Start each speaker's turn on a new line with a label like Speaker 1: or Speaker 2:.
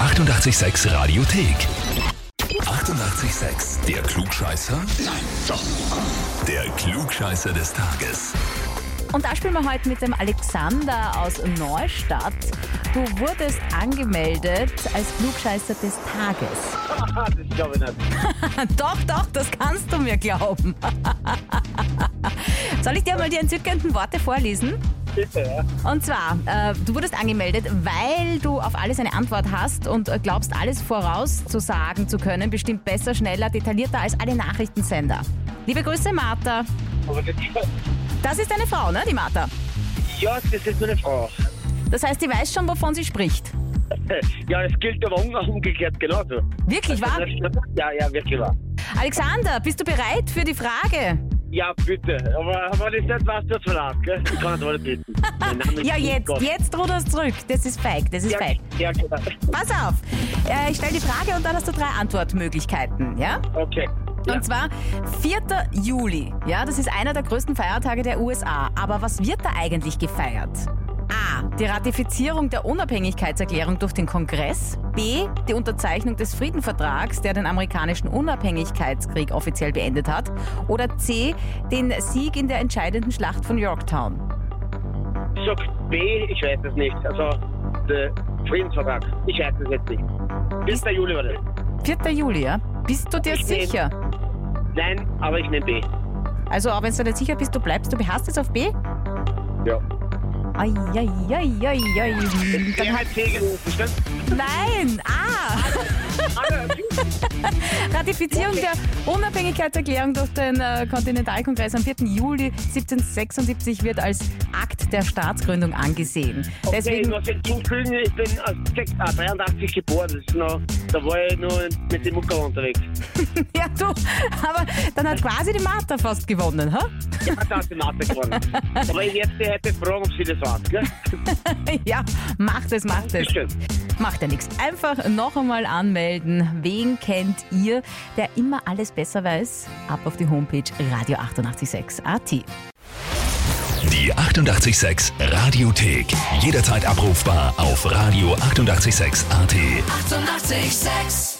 Speaker 1: 886 Radiothek. 88,6. Der Klugscheißer? Nein, doch. Der Klugscheißer des Tages.
Speaker 2: Und da spielen wir heute mit dem Alexander aus Neustadt. Du wurdest angemeldet als Flugscheißer des Tages.
Speaker 3: Ah, das glaube ich nicht.
Speaker 2: Doch, doch, das kannst du mir glauben. Soll ich dir mal die entzückenden Worte vorlesen?
Speaker 3: Bitte, ja.
Speaker 2: Und zwar, äh, du wurdest angemeldet, weil du auf alles eine Antwort hast und äh, glaubst, alles vorauszusagen zu können. Bestimmt besser, schneller, detaillierter als alle Nachrichtensender. Liebe Grüße, Martha.
Speaker 3: Aber das,
Speaker 2: Das ist deine Frau, ne, die Martha?
Speaker 3: ja, das ist meine Frau.
Speaker 2: Das heißt, sie weiß schon, wovon sie spricht.
Speaker 3: Ja, es gilt aber um- umgekehrt genauso.
Speaker 2: Wirklich wahr?
Speaker 3: Ja, ja, wirklich wahr.
Speaker 2: Alexander, bist du bereit für die Frage?
Speaker 3: Ja, bitte. Aber wenn ich nicht weiß, das verlass, gell? Ich kann es alle bitten. Mein Name ist
Speaker 2: Ja, jetzt,
Speaker 3: Gott.
Speaker 2: jetzt ruderst zurück. Das ist feig, das ist
Speaker 3: Ja,
Speaker 2: feig.
Speaker 3: ja, genau.
Speaker 2: Pass auf. Äh, ich stelle die Frage und dann hast du drei Antwortmöglichkeiten, ja?
Speaker 3: Okay. Ja.
Speaker 2: Und zwar 4. Juli. Ja, das ist einer der größten Feiertage der USA. Aber was wird da eigentlich gefeiert? A. Die Ratifizierung der Unabhängigkeitserklärung durch den Kongress. B. Die Unterzeichnung des Friedenvertrags, der den amerikanischen Unabhängigkeitskrieg offiziell beendet hat. Oder C. Den Sieg in der entscheidenden Schlacht von Yorktown.
Speaker 3: Ich sag B, ich weiß es nicht. Also, der Friedensvertrag. Ich weiß es jetzt nicht. Bis der Juli war das.
Speaker 2: 4. Juli, ja? Bist du dir
Speaker 3: Ich nehm-
Speaker 2: sicher?
Speaker 3: Nein, aber ich nehme B.
Speaker 2: Also, auch wenn du nicht sicher bist, du bleibst, du beharrst jetzt auf B?
Speaker 3: Ja.
Speaker 2: Eieieiei.
Speaker 3: Der hat halt C gerufen, stimmt?
Speaker 2: Nein! A!
Speaker 3: Ah,
Speaker 2: Ratifizierung der Unabhängigkeitserklärung durch den äh, Kontinentalkongress am 4. Juli 1776 wird als Akt der Staatsgründung angesehen. Deswegen,
Speaker 3: Okay, ich, muss jetzt hinzufügen, ich bin aus 6, ah, 83 geboren, das ist noch, da war ich noch mit dem Mucker unterwegs.
Speaker 2: ja du, aber dann hat quasi die Martha fast gewonnen, ha?
Speaker 3: Ja, da hat die Mathe gewonnen. Aber ich hätte, hätte fragen, ob sie das weiß, gell?
Speaker 2: Ja, macht es, macht es.
Speaker 3: Schön.
Speaker 2: Macht ja nichts. Einfach noch einmal anmelden. Wen kennt ihr, der immer alles besser weiß? Ab auf die Homepage radio886.at.
Speaker 1: Die 88,6 Radiothek. Jederzeit abrufbar auf radio886.at. 88,6.
Speaker 4: Eighty-eight, sex.